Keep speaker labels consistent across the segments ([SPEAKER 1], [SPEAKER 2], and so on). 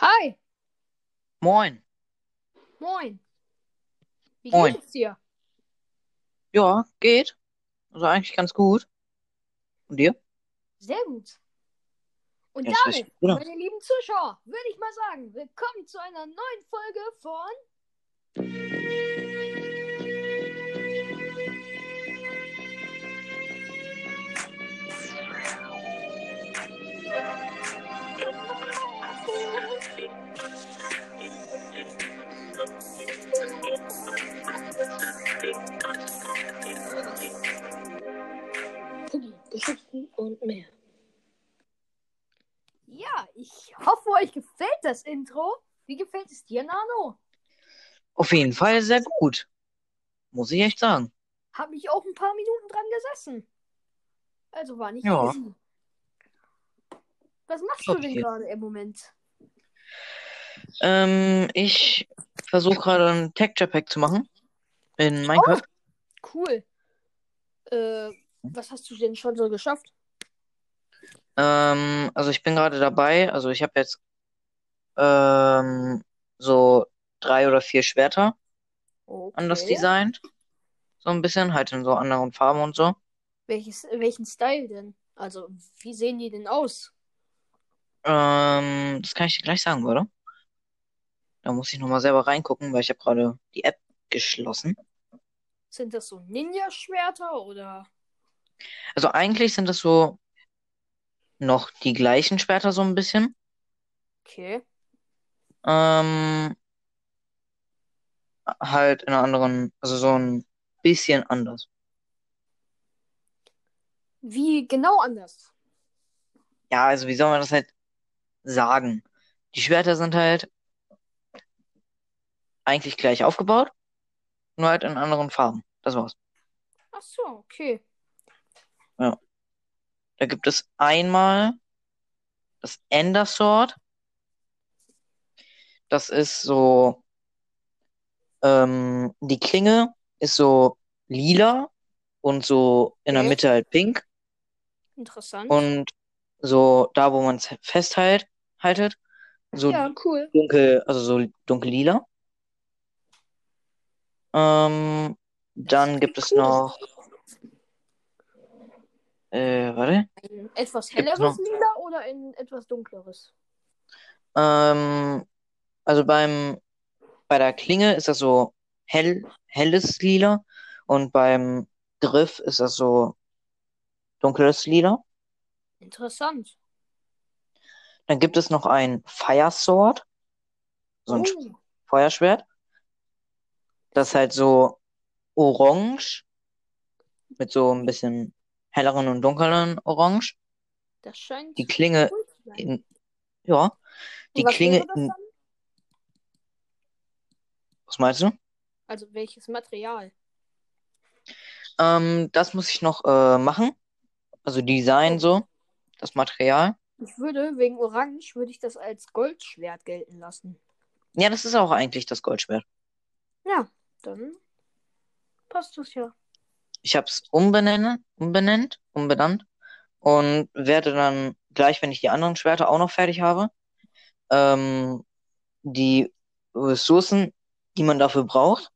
[SPEAKER 1] Hi,
[SPEAKER 2] Moin.
[SPEAKER 1] moin. Wie
[SPEAKER 2] Moin.
[SPEAKER 1] geht es dir?
[SPEAKER 2] Ja, geht. Also eigentlich ganz gut. Und dir?
[SPEAKER 1] Sehr gut. Und
[SPEAKER 2] Ja,
[SPEAKER 1] damit,
[SPEAKER 2] schlecht, oder?
[SPEAKER 1] meine lieben Zuschauer, würde ich mal sagen, willkommen zu einer neuen Folge von Piggy, Geschichten und mehr. Ja, ich hoffe, euch gefällt das Intro. Wie gefällt es dir, Nano?
[SPEAKER 2] Auf jeden Fall sehr gut. Muss ich echt sagen.
[SPEAKER 1] Hab ich auch ein paar Minuten dran gesessen. Also war nicht
[SPEAKER 2] Ja.
[SPEAKER 1] easy. Was machst du
[SPEAKER 2] Glaub
[SPEAKER 1] denn
[SPEAKER 2] ich dir.
[SPEAKER 1] gerade im Moment?
[SPEAKER 2] Ähm, ich versuche gerade ein Texture Pack zu machen. In Minecraft.
[SPEAKER 1] Cool. Äh, was hast du denn schon so geschafft?
[SPEAKER 2] Ähm, also ich bin gerade dabei. Also ich habe jetzt ähm, so drei oder vier Schwerter
[SPEAKER 1] Okay.
[SPEAKER 2] anders designt. So ein bisschen, halt in so anderen Farben und so.
[SPEAKER 1] Welches, welchen Style denn? Also, wie sehen die denn aus?
[SPEAKER 2] Ähm, das kann ich dir gleich sagen, oder? Da muss ich nochmal selber reingucken, weil ich habe gerade die App geschlossen.
[SPEAKER 1] Sind das so Ninja-Schwerter oder?
[SPEAKER 2] Also eigentlich sind das so noch die gleichen Schwerter so ein bisschen.
[SPEAKER 1] Okay.
[SPEAKER 2] Ähm, halt in einer anderen, also so ein bisschen anders.
[SPEAKER 1] Wie genau anders?
[SPEAKER 2] Ja, also wie soll man das halt sagen? Die Schwerter sind halt eigentlich gleich aufgebaut, nur halt in anderen Farben. Das war's.
[SPEAKER 1] Ach so, okay.
[SPEAKER 2] Da gibt es einmal das Ender Sword. Das ist so, ähm, die Klinge ist so lila und so in der
[SPEAKER 1] Okay.
[SPEAKER 2] Mitte halt pink.
[SPEAKER 1] Interessant.
[SPEAKER 2] Und so da, wo man es festhält, haltet, so
[SPEAKER 1] ja, cool.
[SPEAKER 2] dunkel, also so dunkel lila. Ähm, dann
[SPEAKER 1] klingt
[SPEAKER 2] gibt es
[SPEAKER 1] cool.
[SPEAKER 2] noch, äh, warte,
[SPEAKER 1] Ein etwas
[SPEAKER 2] Gibt's
[SPEAKER 1] helleres
[SPEAKER 2] noch-
[SPEAKER 1] Lila oder ein etwas dunkleres?
[SPEAKER 2] ähm, also beim, bei der Klinge ist das so hell, helles Lila und beim Griff ist das so dunkles Lila.
[SPEAKER 1] Interessant.
[SPEAKER 2] Dann gibt es noch ein Fire Sword, so ein
[SPEAKER 1] Oh,
[SPEAKER 2] Feuerschwert. Das ist halt so orange mit so ein bisschen helleren und dunkleren Orange.
[SPEAKER 1] das scheint
[SPEAKER 2] Die Klinge,
[SPEAKER 1] cool zu sein.
[SPEAKER 2] in, ja, die
[SPEAKER 1] Und was
[SPEAKER 2] Klinge,
[SPEAKER 1] wäre das
[SPEAKER 2] in,
[SPEAKER 1] dann?
[SPEAKER 2] was meinst du?
[SPEAKER 1] Also welches Material?
[SPEAKER 2] Ähm, das muss ich noch äh, machen. Also Design so, das Material.
[SPEAKER 1] Ich würde wegen Orange würde ich das als Goldschwert gelten lassen.
[SPEAKER 2] Ja, das ist auch eigentlich das Goldschwert.
[SPEAKER 1] Ja, dann passt das ja.
[SPEAKER 2] Ich habe es umbenannt, umbenannt, umbenannt und werde dann gleich, wenn ich die anderen Schwerter auch noch fertig habe, ähm, die Ressourcen, die man dafür braucht,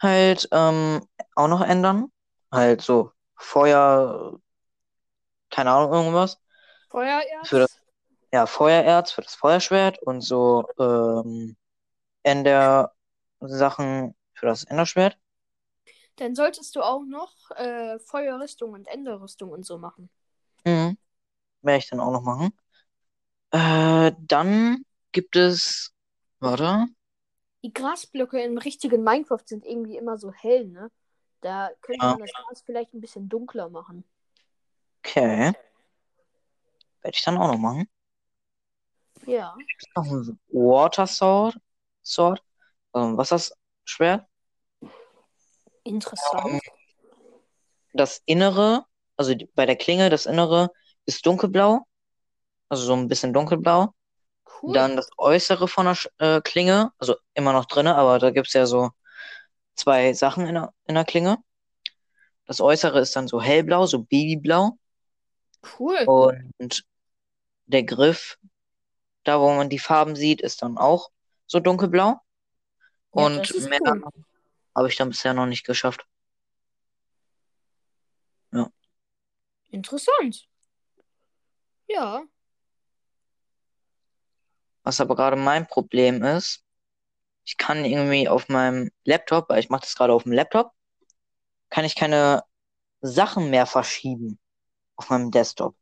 [SPEAKER 2] halt ähm, auch noch ändern. Halt so Feuer, keine Ahnung, irgendwas.
[SPEAKER 1] Feuererz.
[SPEAKER 2] Für das- Ja, Feuererz für das Feuerschwert und so ähm, Ender-Sachen für das Enderschwert.
[SPEAKER 1] Dann solltest du auch noch äh, Feuerrüstung und Enderrüstung und so machen.
[SPEAKER 2] Mhm. Werde ich dann auch noch machen. Äh, dann gibt es. Warte.
[SPEAKER 1] Die Grasblöcke im richtigen Minecraft sind irgendwie immer so hell, ne? Da könnte
[SPEAKER 2] Ja.
[SPEAKER 1] man das Gras vielleicht ein bisschen dunkler machen.
[SPEAKER 2] Okay. Werde ich dann auch noch machen.
[SPEAKER 1] Ja.
[SPEAKER 2] Noch ein Water Sword. Sword. Ähm, Wasserschwert.
[SPEAKER 1] Interessant.
[SPEAKER 2] Das Innere, also die- bei der Klinge, das Innere ist dunkelblau. Also so ein bisschen dunkelblau.
[SPEAKER 1] Cool.
[SPEAKER 2] Dann das Äußere von der Sch äh, Klinge. Also immer noch drinne, aber da gibt's ja so zwei Sachen in der, in der Klinge. Das Äußere ist dann so hellblau, so babyblau.
[SPEAKER 1] cool.
[SPEAKER 2] Und der Griff, Da, wo man die Farben sieht, ist dann auch so dunkelblau.
[SPEAKER 1] Ja, das
[SPEAKER 2] Und
[SPEAKER 1] ist
[SPEAKER 2] mehr
[SPEAKER 1] cool.
[SPEAKER 2] habe ich dann bisher noch nicht geschafft.
[SPEAKER 1] Interessant. Ja.
[SPEAKER 2] Was aber gerade mein Problem ist, ich kann irgendwie auf meinem Laptop, weil ich mache das gerade auf dem Laptop, kann ich keine Sachen mehr verschieben auf meinem Desktop.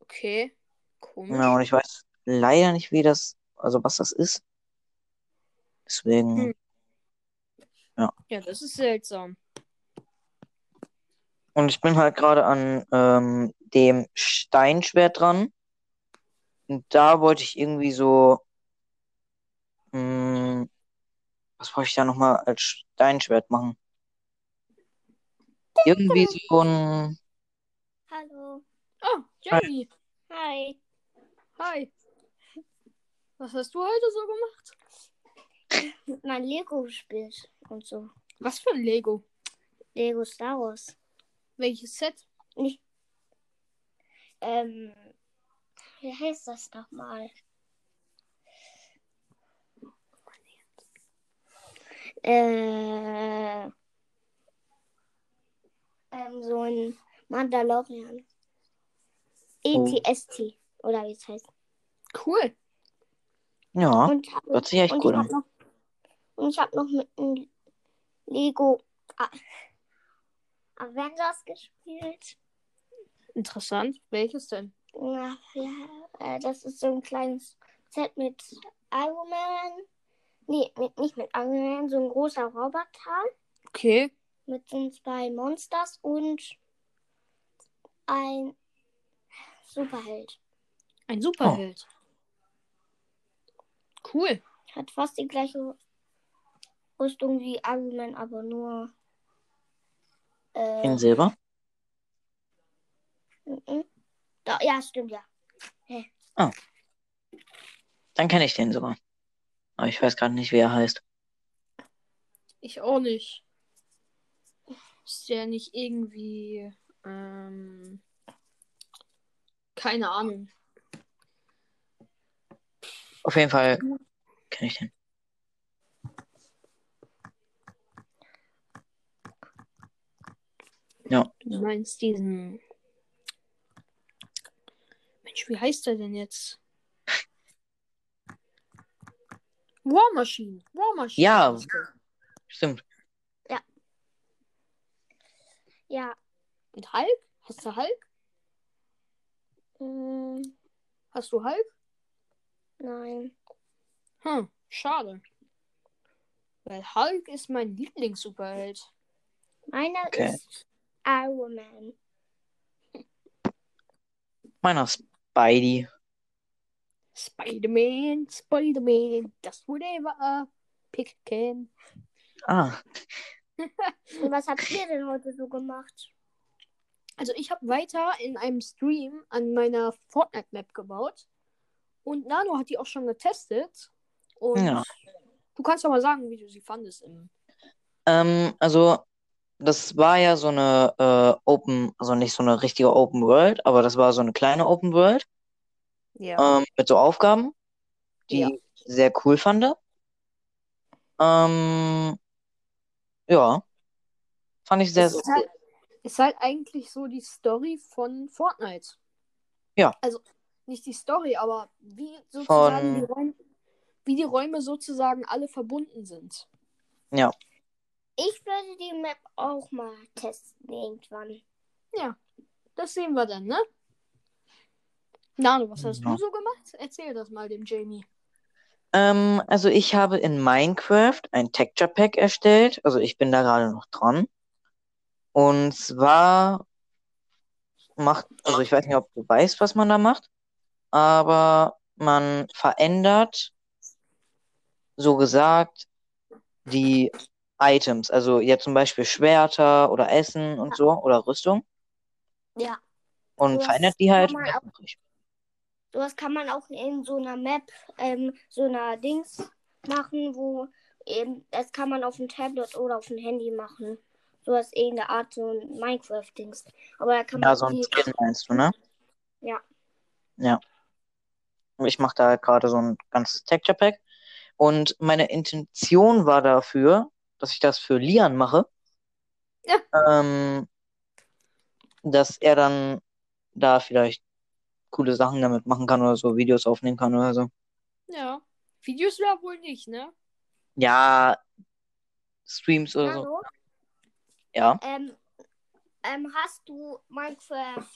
[SPEAKER 1] Okay. Komisch.
[SPEAKER 2] Ja, und ich weiß leider nicht, wie das, also was das ist. Deswegen.
[SPEAKER 1] Hm. Ja, das ist seltsam.
[SPEAKER 2] Und ich bin halt gerade an ähm, dem Steinschwert dran. Und da wollte ich irgendwie so. Mh, was wollte ich da nochmal als Steinschwert machen? Irgendwie so ein.
[SPEAKER 3] Hallo.
[SPEAKER 1] Oh, Jenny.
[SPEAKER 3] Hi.
[SPEAKER 1] Hi. Was hast du heute so gemacht?
[SPEAKER 3] Mein Lego gespielt und so.
[SPEAKER 1] Was für ein Lego?
[SPEAKER 3] Lego Star Wars.
[SPEAKER 1] Welches Set?
[SPEAKER 3] Ähm, wie heißt das nochmal? Äh, ähm, so ein Mandalorian. E
[SPEAKER 2] Oh.
[SPEAKER 3] ETST oder wie es heißt.
[SPEAKER 1] Cool.
[SPEAKER 2] Ja,
[SPEAKER 3] Und, hab-
[SPEAKER 2] hört sich echt
[SPEAKER 3] und
[SPEAKER 2] cool
[SPEAKER 3] ich
[SPEAKER 2] an.
[SPEAKER 3] habe noch, und ich hab noch mit einem Lego A- Avengers gespielt.
[SPEAKER 1] Interessant. Welches denn?
[SPEAKER 3] Na, ja, äh, das ist so ein kleines Set mit Iron Man. Nee, mit, nicht mit Iron Man, so ein großer Roboter
[SPEAKER 1] Okay.
[SPEAKER 3] mit so zwei Monsters und ein Superheld.
[SPEAKER 1] Ein Superheld. Cool.
[SPEAKER 3] Hat fast die gleiche Rüstung wie Iron Man, aber nur. Äh,
[SPEAKER 2] In Silber.
[SPEAKER 3] mhm. da, ja, stimmt, ja.
[SPEAKER 2] Dann kenne ich den sogar. Aber ich weiß gerade nicht, wie er heißt.
[SPEAKER 1] Ich auch nicht. Ist der nicht irgendwie. Ähm, keine Ahnung.
[SPEAKER 2] Auf jeden Fall kenne ich den.
[SPEAKER 1] Du meinst diesen. Mensch, wie heißt der denn jetzt? War Machine. War Machine.
[SPEAKER 2] Ja. Stimmt.
[SPEAKER 3] Ja,
[SPEAKER 1] Und Hulk? Hast du Hulk?
[SPEAKER 3] mm,
[SPEAKER 1] Hast du Hulk?
[SPEAKER 3] nein.
[SPEAKER 1] Hm, schade. Weil Hulk ist mein Lieblingssuperheld.
[SPEAKER 3] Meiner
[SPEAKER 2] Okay.
[SPEAKER 3] ist Iron Man.
[SPEAKER 2] Meiner Spidey.
[SPEAKER 1] Spider-Man, Spider-Man, das whatever a pick can.
[SPEAKER 2] Ah,
[SPEAKER 3] Und was habt ihr denn heute so gemacht?
[SPEAKER 1] Also ich habe weiter in einem Stream an meiner Fortnite-Map gebaut. Und Nano hat die auch schon getestet. Und
[SPEAKER 2] Ja.
[SPEAKER 1] du kannst ja mal sagen, wie du sie fandest. Im
[SPEAKER 2] Ähm, also, das war ja so eine äh, Open, also nicht so eine richtige Open World, aber das war so eine kleine Open World
[SPEAKER 1] ja.
[SPEAKER 2] ähm, mit so Aufgaben, die
[SPEAKER 1] Ja.
[SPEAKER 2] ich sehr cool fand. Ähm, ja, fand ich sehr,
[SPEAKER 1] Es
[SPEAKER 2] sehr
[SPEAKER 1] ist halt, ist halt eigentlich so die Story von Fortnite.
[SPEAKER 2] Ja.
[SPEAKER 1] Also nicht die Story, aber wie sozusagen die Räume, wie die Räume sozusagen alle verbunden sind.
[SPEAKER 3] Ich würde die Map auch mal testen irgendwann.
[SPEAKER 1] Das sehen wir dann, ne? Nano, was hast
[SPEAKER 2] Ja.
[SPEAKER 1] du so gemacht? Erzähl das mal dem Jamie.
[SPEAKER 2] Ähm, also ich habe in Minecraft ein Texture Pack erstellt. Also ich bin da gerade noch dran. Und zwar macht, also ich weiß nicht, ob du weißt, was man da macht, aber man verändert, so gesagt, die Items. Also jetzt zum Beispiel Schwerter oder Essen und so oder Rüstung.
[SPEAKER 3] Ja.
[SPEAKER 2] Und
[SPEAKER 3] Das
[SPEAKER 2] verändert die halt.
[SPEAKER 3] kann man Sowas kann man auch in so einer Map, ähm, so einer Dings machen, wo eben, das kann man auf dem Tablet oder auf dem Handy machen. Sowas irgendeine Art so ein Minecraft-Dings. Aber da kann
[SPEAKER 2] Ja,
[SPEAKER 3] man
[SPEAKER 2] so ein
[SPEAKER 3] die,
[SPEAKER 2] Skin meinst du, ne?
[SPEAKER 3] Ja.
[SPEAKER 2] Ja. Ich mache da halt gerade so ein ganzes Texture Pack. Und meine Intention war dafür, dass ich das für Lian mache.
[SPEAKER 1] Ja.
[SPEAKER 2] Ähm, dass er dann da vielleicht coole Sachen damit machen kann oder so, Videos aufnehmen kann oder so.
[SPEAKER 1] Ja. Videos ja wohl nicht, ne?
[SPEAKER 2] Ja, Streams oder so.
[SPEAKER 3] Hallo?
[SPEAKER 2] Ja.
[SPEAKER 3] Ähm, ähm, hast du Minecraft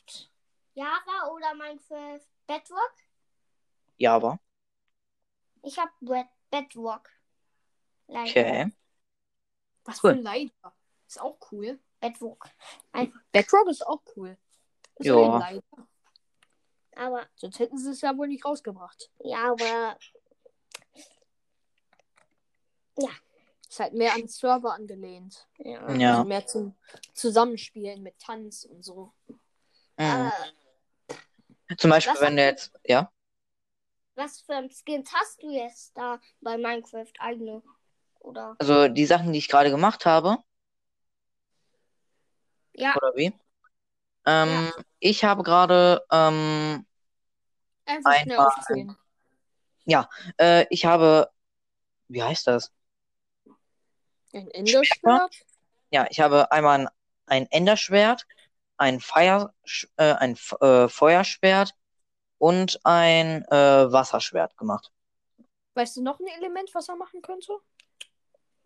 [SPEAKER 3] Java oder Minecraft Bedrock?
[SPEAKER 2] Ja, aber.
[SPEAKER 3] Ich habe Bedrock. Leider.
[SPEAKER 2] Okay.
[SPEAKER 1] Was
[SPEAKER 2] Cool.
[SPEAKER 1] für ein Leiter. Ist auch cool.
[SPEAKER 3] Bedrock.
[SPEAKER 1] Bedrock ist auch cool. Ist
[SPEAKER 2] Ja.
[SPEAKER 1] ein Leiter.
[SPEAKER 3] Aber,
[SPEAKER 1] Sonst hätten sie es ja wohl nicht rausgebracht.
[SPEAKER 3] ja, aber
[SPEAKER 1] Ist halt mehr an den Server angelehnt.
[SPEAKER 3] Ja.
[SPEAKER 2] Ja.
[SPEAKER 1] Also mehr zum Zusammenspielen mit Tanz und so.
[SPEAKER 2] Mhm.
[SPEAKER 3] Aber
[SPEAKER 2] Zum Beispiel,
[SPEAKER 3] was
[SPEAKER 2] wenn du
[SPEAKER 3] hast
[SPEAKER 2] jetzt.
[SPEAKER 3] du-
[SPEAKER 2] Ja.
[SPEAKER 3] was für ein Skins hast du jetzt da bei Minecraft eigene? Oder?
[SPEAKER 2] Also die Sachen, die ich gerade gemacht habe,
[SPEAKER 3] Ja,
[SPEAKER 2] oder wie? Ähm, Ich habe gerade ähm,
[SPEAKER 1] Einfach schnell
[SPEAKER 2] Einmal.
[SPEAKER 1] aufzählen.
[SPEAKER 2] Äh, ich habe, wie heißt das?
[SPEAKER 1] Ein Enderschwert.
[SPEAKER 2] Ja, ich habe einmal ein, ein Enderschwert, ein, Feier, äh, ein F- äh, Feuerschwert und ein äh, Wasserschwert gemacht.
[SPEAKER 1] Weißt du noch ein Element, was er machen könnte?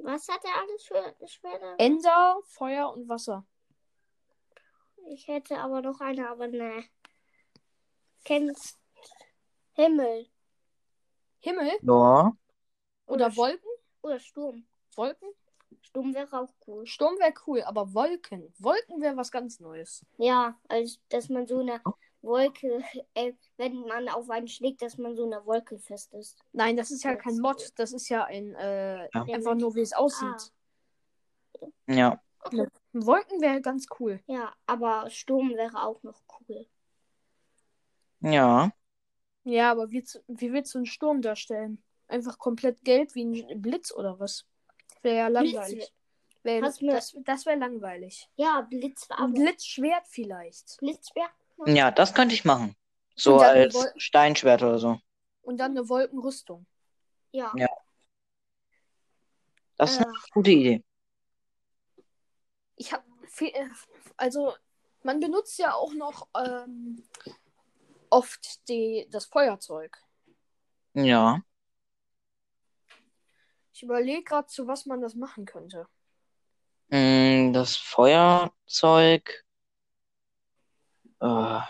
[SPEAKER 3] was hat er alles für Schwerter?
[SPEAKER 1] Ender, Feuer und Wasser.
[SPEAKER 3] Ich hätte aber noch eine, aber ne. Kennst Himmel
[SPEAKER 1] Himmel
[SPEAKER 2] Ja.
[SPEAKER 1] oder
[SPEAKER 3] Oder
[SPEAKER 1] Wolken?
[SPEAKER 3] oder Sturm.
[SPEAKER 1] Wolken?
[SPEAKER 3] Sturm wäre auch cool.
[SPEAKER 1] Sturm wäre cool, aber Wolken. Wolken wäre was ganz Neues.
[SPEAKER 3] Ja, also dass man so eine Wolke, äh, wenn man auf einen schlägt, dass man so eine Wolke fest ist.
[SPEAKER 1] Nein, das ist ja kein Mod, das ist ja ein äh,
[SPEAKER 2] Ja.
[SPEAKER 1] einfach nur wie es aussieht.
[SPEAKER 2] Ja.
[SPEAKER 1] Wolken wäre ganz cool.
[SPEAKER 3] Ja, aber Sturm wäre auch noch cool.
[SPEAKER 2] Ja.
[SPEAKER 1] Ja, aber wie, zu- wie willst du einen Sturm darstellen? Einfach komplett gelb wie ein Blitz oder was? Wäre ja
[SPEAKER 3] Blitz-
[SPEAKER 1] langweilig. Wär, ne-
[SPEAKER 3] Hast du mir-
[SPEAKER 1] das das wäre langweilig.
[SPEAKER 3] Ja, Blitz war
[SPEAKER 1] Ein
[SPEAKER 3] aber
[SPEAKER 1] Blitzschwert vielleicht.
[SPEAKER 3] Blitz wäre.
[SPEAKER 2] Ja, das könnte ich machen. So
[SPEAKER 1] Und dann
[SPEAKER 2] als
[SPEAKER 1] woll-
[SPEAKER 2] Steinschwert oder so.
[SPEAKER 1] Und dann eine Wolkenrüstung.
[SPEAKER 3] Ja.
[SPEAKER 2] Ja. Das ist
[SPEAKER 3] Äh,
[SPEAKER 2] eine gute Idee.
[SPEAKER 1] Ich habe viel. Also, man benutzt ja auch noch ähm, oft die, das Feuerzeug.
[SPEAKER 2] Ja.
[SPEAKER 1] Ich überlege gerade, zu was man das machen könnte.
[SPEAKER 2] Mm, Das Feuerzeug. Äh.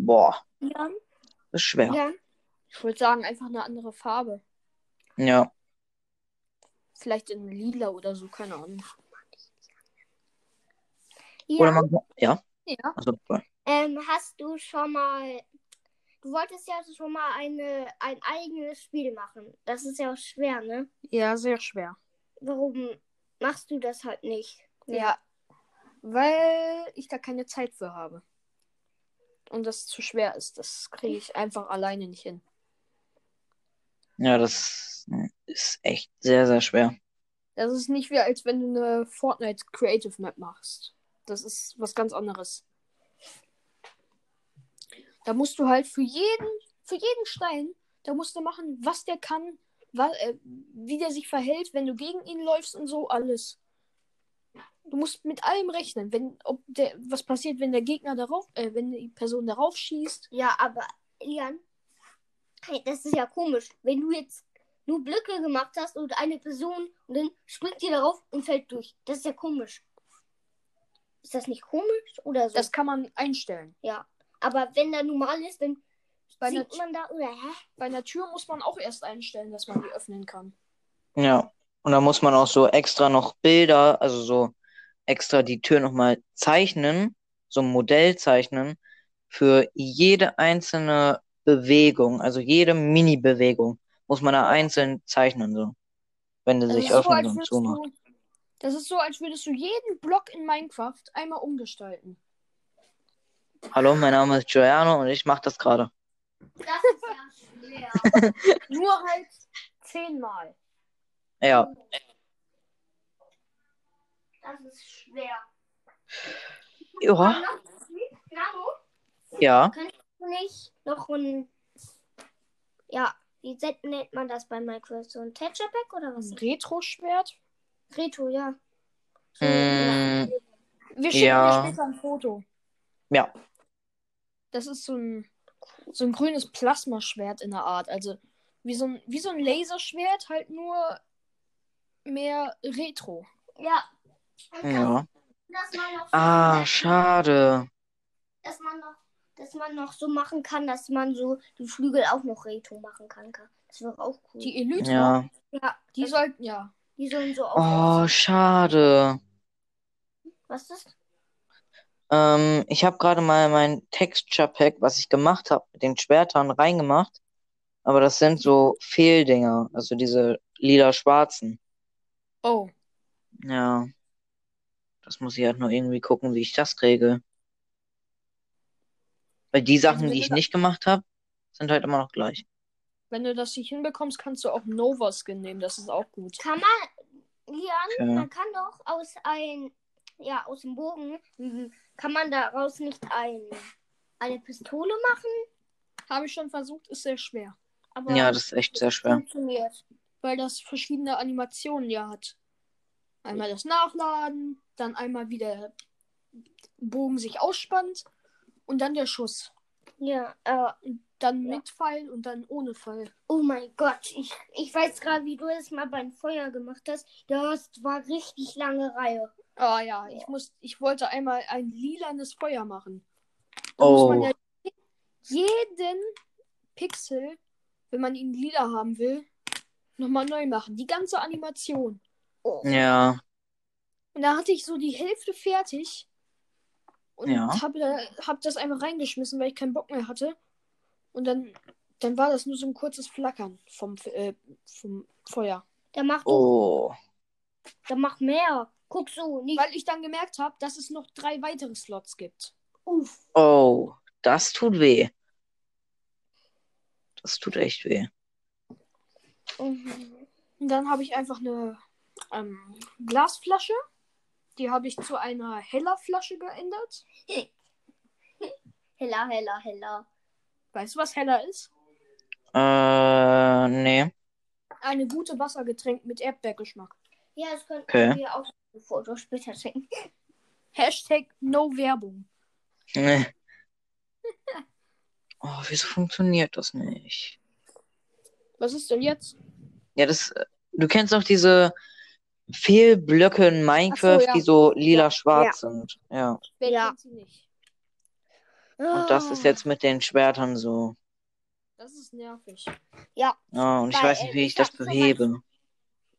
[SPEAKER 2] Boah,
[SPEAKER 3] Jan,
[SPEAKER 2] das ist schwer.
[SPEAKER 3] Jan,
[SPEAKER 1] Ich würde sagen, einfach eine andere Farbe.
[SPEAKER 2] Ja.
[SPEAKER 1] Vielleicht in lila oder so, keine Ahnung.
[SPEAKER 2] Oder
[SPEAKER 3] Jan,
[SPEAKER 2] man ja,
[SPEAKER 1] Ja.
[SPEAKER 2] also ja.
[SPEAKER 3] ähm, hast du schon mal. Du wolltest ja schon mal eine, ein eigenes Spiel machen. Das ist ja auch schwer, ne?
[SPEAKER 1] Ja, sehr schwer.
[SPEAKER 3] Warum machst du das halt nicht?
[SPEAKER 1] Ja. Weil ich da keine Zeit für habe. Und das zu schwer ist. Das kriege ich einfach alleine nicht hin.
[SPEAKER 2] ja, das ist echt sehr, sehr schwer.
[SPEAKER 1] Das ist nicht wie, als wenn du eine Fortnite Creative Map machst. Das ist was ganz anderes. Da musst du halt für jeden, für jeden Stein, da musst du machen, was der kann, wa- äh, wie der sich verhält, wenn du gegen ihn läufst und so alles. Du musst mit allem rechnen, wenn, ob der, was passiert, wenn der Gegner darauf, äh, wenn die Person darauf schießt.
[SPEAKER 3] Ja, aber Jan, hey, das ist ja komisch. Wenn du jetzt nur Blöcke gemacht hast und eine Person und dann springt die darauf und fällt durch. Das ist ja komisch. Ist das nicht komisch oder so?
[SPEAKER 1] Das kann man einstellen.
[SPEAKER 3] ja. Aber wenn da normal ist, dann
[SPEAKER 1] Bei einer,
[SPEAKER 3] sinkt man da oder hä?
[SPEAKER 1] bei einer Tür muss man auch erst einstellen, dass man die öffnen kann.
[SPEAKER 2] Ja. Und da muss man auch so extra noch Bilder, also so extra die Tür nochmal zeichnen, so ein Modell zeichnen für jede einzelne Bewegung, also jede Mini-Bewegung muss man da einzeln zeichnen, so. Wenn der
[SPEAKER 1] Das
[SPEAKER 2] sich
[SPEAKER 1] ist, Äh, so,
[SPEAKER 2] öffnet
[SPEAKER 1] als
[SPEAKER 2] und
[SPEAKER 1] würdest
[SPEAKER 2] zumacht.
[SPEAKER 1] du, das ist so, als würdest du jeden Block in Minecraft einmal umgestalten.
[SPEAKER 2] Hallo, mein Name ist Giuliano und ich mache das gerade.
[SPEAKER 3] Das ist ja schwer.
[SPEAKER 1] Nur halt zehnmal.
[SPEAKER 2] Ja.
[SPEAKER 3] Das ist schwer.
[SPEAKER 2] Ja.
[SPEAKER 3] Nano,
[SPEAKER 2] Ja.
[SPEAKER 3] du eigentlich noch ein. Ja, wie se- nennt man das bei Minecraft? So ein Texture Pack oder was?
[SPEAKER 1] Ein Retro-Schwert.
[SPEAKER 3] Reto, ja. So,
[SPEAKER 2] Mm,
[SPEAKER 1] Wir schicken
[SPEAKER 2] Ja.
[SPEAKER 1] dir später ein Foto.
[SPEAKER 2] Ja.
[SPEAKER 1] Das ist so ein, so ein grünes Plasmaschwert in der Art. Also wie so ein, wie so ein Laserschwert, halt nur mehr Retro.
[SPEAKER 3] Ja.
[SPEAKER 2] ja.
[SPEAKER 3] Dass man noch so-
[SPEAKER 2] Ah, schade.
[SPEAKER 3] dass man noch, dass man noch so machen kann, dass man so die Flügel auch noch Reto machen kann. Das wäre auch cool.
[SPEAKER 1] Die Elytra,
[SPEAKER 2] Ja.
[SPEAKER 3] ja,
[SPEAKER 1] die
[SPEAKER 3] sollen,
[SPEAKER 1] sollten ja.
[SPEAKER 3] die sollen so auf.
[SPEAKER 2] Oh, schade.
[SPEAKER 3] Was ist das?
[SPEAKER 2] Ähm, ich habe gerade mal mein Texture Pack, was ich gemacht habe, mit den Schwertern reingemacht. Aber das sind so Fehldinger, also diese lila-schwarzen.
[SPEAKER 1] Oh.
[SPEAKER 2] Ja. Das muss ich halt nur irgendwie gucken, wie ich das regel. Weil die Sachen,
[SPEAKER 1] wenn
[SPEAKER 2] die
[SPEAKER 1] du
[SPEAKER 2] ich
[SPEAKER 1] da-
[SPEAKER 2] nicht gemacht habe, sind halt immer noch gleich.
[SPEAKER 1] Wenn du das nicht hinbekommst, kannst du auch Nova-Skin nehmen. Das ist auch gut.
[SPEAKER 3] Kann man, Lian,
[SPEAKER 2] Okay.
[SPEAKER 3] man kann doch aus ein, ja, aus dem Bogen, mhm, kann man daraus nicht ein, eine Pistole machen,
[SPEAKER 1] Habe ich schon versucht, ist sehr schwer.
[SPEAKER 3] aber
[SPEAKER 2] Ja, das ist echt sehr schwer.
[SPEAKER 3] funktioniert.
[SPEAKER 1] weil das verschiedene Animationen ja hat. Einmal das Nachladen, dann einmal wie der Bogen sich ausspannt und dann der Schuss.
[SPEAKER 3] Ja, äh,
[SPEAKER 1] Dann
[SPEAKER 3] Ja.
[SPEAKER 1] mit Pfeil und dann ohne Pfeil.
[SPEAKER 3] oh mein Gott, ich, ich weiß gerade, wie du das mal beim Feuer gemacht hast. Das war richtig lange Reihe.
[SPEAKER 1] Ah ja, ich
[SPEAKER 3] Ja.
[SPEAKER 1] muss, ich wollte einmal ein lilanes Feuer machen. Da muss man
[SPEAKER 2] Oh,
[SPEAKER 1] ja jeden Pixel, wenn man ihn lila haben will, nochmal neu machen. Die ganze Animation.
[SPEAKER 3] Oh.
[SPEAKER 2] ja.
[SPEAKER 1] Und da hatte ich so die Hälfte fertig. Und
[SPEAKER 2] Ja.
[SPEAKER 1] habe da, hab das einfach reingeschmissen, weil ich keinen Bock mehr hatte. Und dann, dann war das nur so ein kurzes Flackern vom, F- äh, vom Feuer.
[SPEAKER 3] Da macht doch,
[SPEAKER 2] Oh.
[SPEAKER 3] da macht mehr. Guck so, nicht.
[SPEAKER 1] Weil ich dann gemerkt habe, dass es noch drei weitere Slots gibt.
[SPEAKER 3] Uff.
[SPEAKER 2] Oh, das tut weh. Das tut echt weh.
[SPEAKER 3] Mhm.
[SPEAKER 1] Und dann habe ich einfach eine ähm, Glasflasche. Die habe ich zu einer heller Flasche geändert.
[SPEAKER 3] Hella, hella, hella.
[SPEAKER 1] Weißt du, was heller ist?
[SPEAKER 2] Äh, nee.
[SPEAKER 1] Eine gute Wassergetränk mit Erdbeergeschmack.
[SPEAKER 3] Ja, das könnten
[SPEAKER 2] Okay.
[SPEAKER 3] wir auch ein Foto später schicken.
[SPEAKER 1] Hashtag No Werbung.
[SPEAKER 2] Nee. Oh, wieso funktioniert das nicht?
[SPEAKER 1] Was ist denn jetzt?
[SPEAKER 2] Ja, das. äh, Du kennst doch diese Fehlblöcke in Minecraft,
[SPEAKER 1] ja.
[SPEAKER 2] die so lila-schwarz sind. Ja.
[SPEAKER 1] Wer
[SPEAKER 3] Ja.
[SPEAKER 1] kennt sie nicht?
[SPEAKER 2] Und das
[SPEAKER 1] Ah.
[SPEAKER 2] ist jetzt mit den Schwertern so.
[SPEAKER 1] Das ist nervig.
[SPEAKER 2] Ja, und ich
[SPEAKER 3] Weil,
[SPEAKER 2] weiß nicht,
[SPEAKER 3] äh,
[SPEAKER 2] wie
[SPEAKER 3] ich
[SPEAKER 2] ich das
[SPEAKER 3] hab schon mal-
[SPEAKER 2] behebe.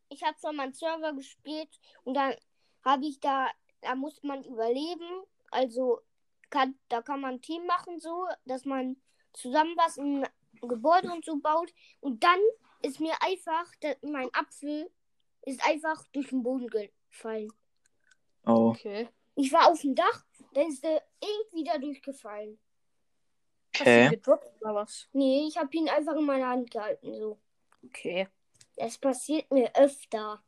[SPEAKER 3] ich habe schon mal einen Server gespielt und dann habe ich da, da muss man überleben. Also kann, da kann man ein Team machen, so, dass man zusammen was in ein Gebäude und so baut. Und dann ist mir einfach, da- mein Apfel ist einfach durch den Boden gefallen.
[SPEAKER 2] Oh.
[SPEAKER 1] Okay.
[SPEAKER 3] Ich war auf dem Dach, dann ist der irgendwie da durchgefallen.
[SPEAKER 1] Hast du
[SPEAKER 2] Okay.
[SPEAKER 1] gedroppt oder was?
[SPEAKER 3] Nee, ich habe ihn einfach in meiner Hand gehalten, so.
[SPEAKER 1] Okay.
[SPEAKER 3] Das passiert mir öfter.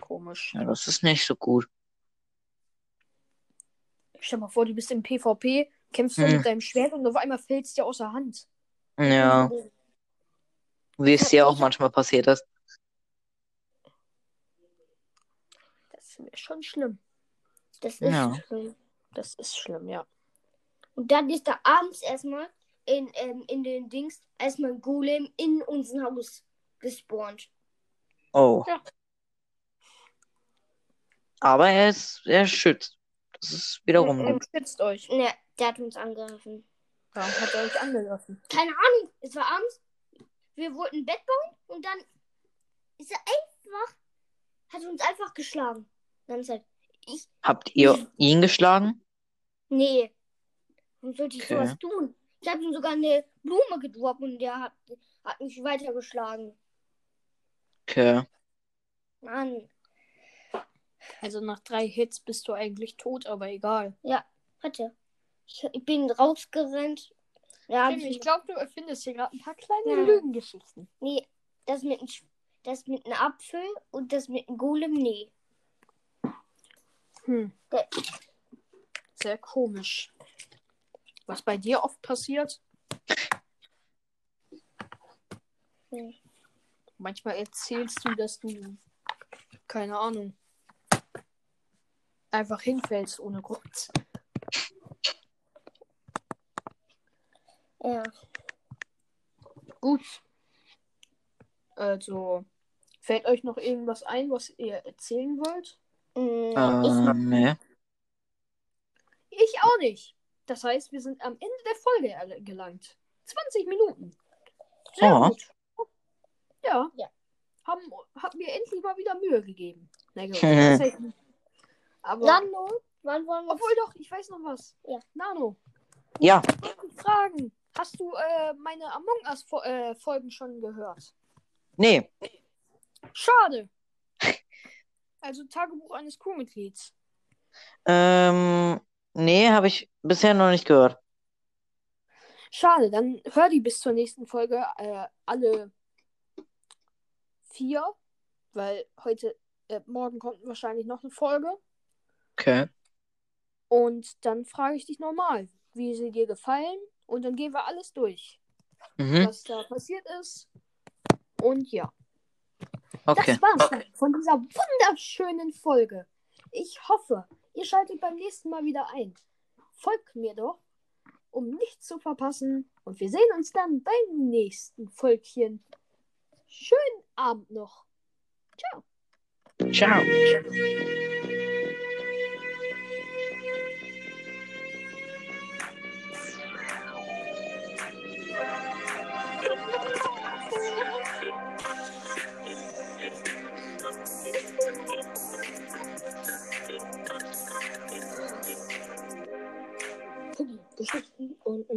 [SPEAKER 1] Komisch.
[SPEAKER 2] Ja, das ist nicht so gut.
[SPEAKER 1] Stell dir mal vor, du bist im PvP, kämpfst du
[SPEAKER 2] Hm.
[SPEAKER 1] mit deinem Schwert und auf einmal fällst dir außer Hand.
[SPEAKER 2] Ja. Wie es dir auch manchmal passiert ist.
[SPEAKER 1] Das ist schon schlimm.
[SPEAKER 3] Das ist
[SPEAKER 2] Ja.
[SPEAKER 3] schlimm.
[SPEAKER 1] Das ist schlimm, ja.
[SPEAKER 3] Und dann ist da abends erstmal in, ähm, in den Dings erstmal ein Golem in unser Haus gespawnt.
[SPEAKER 2] Oh.
[SPEAKER 1] Ja.
[SPEAKER 2] Aber er ist, er schützt. Das ist wiederum
[SPEAKER 1] Ihr
[SPEAKER 2] gut.
[SPEAKER 1] schützt euch.
[SPEAKER 3] Ne, der hat uns angegriffen.
[SPEAKER 1] Warum hat er euch angegriffen?
[SPEAKER 3] Keine Ahnung, es war abends. Wir wollten ein Bett bauen und dann ist er einfach, hat uns einfach geschlagen. halt. Dann ist er, ich,
[SPEAKER 2] Habt ihr ihn geschlagen?
[SPEAKER 3] nee, warum sollte ich
[SPEAKER 2] Okay.
[SPEAKER 3] sowas tun? Ich habe ihm sogar eine Blume gedroppt und der hat, hat mich weitergeschlagen.
[SPEAKER 2] Okay.
[SPEAKER 3] Mann,
[SPEAKER 1] Also nach drei Hits bist du eigentlich tot, aber egal.
[SPEAKER 3] hatte. Ich, ich bin rausgerannt. Ja,
[SPEAKER 1] Tim, ich glaube, du erfindest hier gerade ein paar kleine
[SPEAKER 3] Ja.
[SPEAKER 1] Lügengeschichten.
[SPEAKER 3] Nee, das mit dem Sch- das mit einem Apfel und das mit einem Golem, nee.
[SPEAKER 1] Hm.
[SPEAKER 3] Ja.
[SPEAKER 1] Sehr komisch. Was bei dir oft passiert?
[SPEAKER 3] Hm.
[SPEAKER 1] Manchmal erzählst du, dass du, keine Ahnung, einfach hinfällst ohne Grund.
[SPEAKER 3] Ja.
[SPEAKER 1] Gut. Also, fällt euch noch irgendwas ein, was ihr erzählen wollt?
[SPEAKER 3] Mm,
[SPEAKER 2] Äh, nee.
[SPEAKER 1] Ich auch nicht. Das heißt, wir sind am Ende der Folge erl- gelangt. 20 Minuten. Sehr
[SPEAKER 2] Ja.
[SPEAKER 1] gut. Ja.
[SPEAKER 3] Ja.
[SPEAKER 1] Haben, hat mir endlich mal wieder Mühe gegeben. Na gut.
[SPEAKER 2] Hm.
[SPEAKER 1] das heißt nicht.
[SPEAKER 3] ich,
[SPEAKER 1] Aber,
[SPEAKER 3] Nano, wann wollen wir
[SPEAKER 1] obwohl doch, ich weiß noch was.
[SPEAKER 3] Ja.
[SPEAKER 1] Nano,
[SPEAKER 2] Ja,
[SPEAKER 1] Fragen. Hast du äh, meine Among Us-Folgen äh, Folgen schon gehört?
[SPEAKER 2] nee.
[SPEAKER 1] Schade. Also Tagebuch eines Crewmitglieds.
[SPEAKER 2] Ähm, nee, habe ich bisher noch nicht gehört.
[SPEAKER 1] Schade, dann hör die bis zur nächsten Folge äh, alle vier, weil heute, äh, morgen kommt wahrscheinlich noch eine Folge.
[SPEAKER 2] Okay.
[SPEAKER 1] Und dann frage ich dich nochmal, wie sie dir gefallen. Und dann gehen wir alles durch,
[SPEAKER 2] Mhm,
[SPEAKER 1] was da passiert ist. Und ja,
[SPEAKER 2] okay.
[SPEAKER 1] das war's dann von dieser wunderschönen Folge. Ich hoffe, ihr schaltet beim nächsten Mal wieder ein. Folgt mir doch, um nichts zu verpassen. Und wir sehen uns dann beim nächsten Völkchen. Schönen Abend noch.
[SPEAKER 2] Ciao.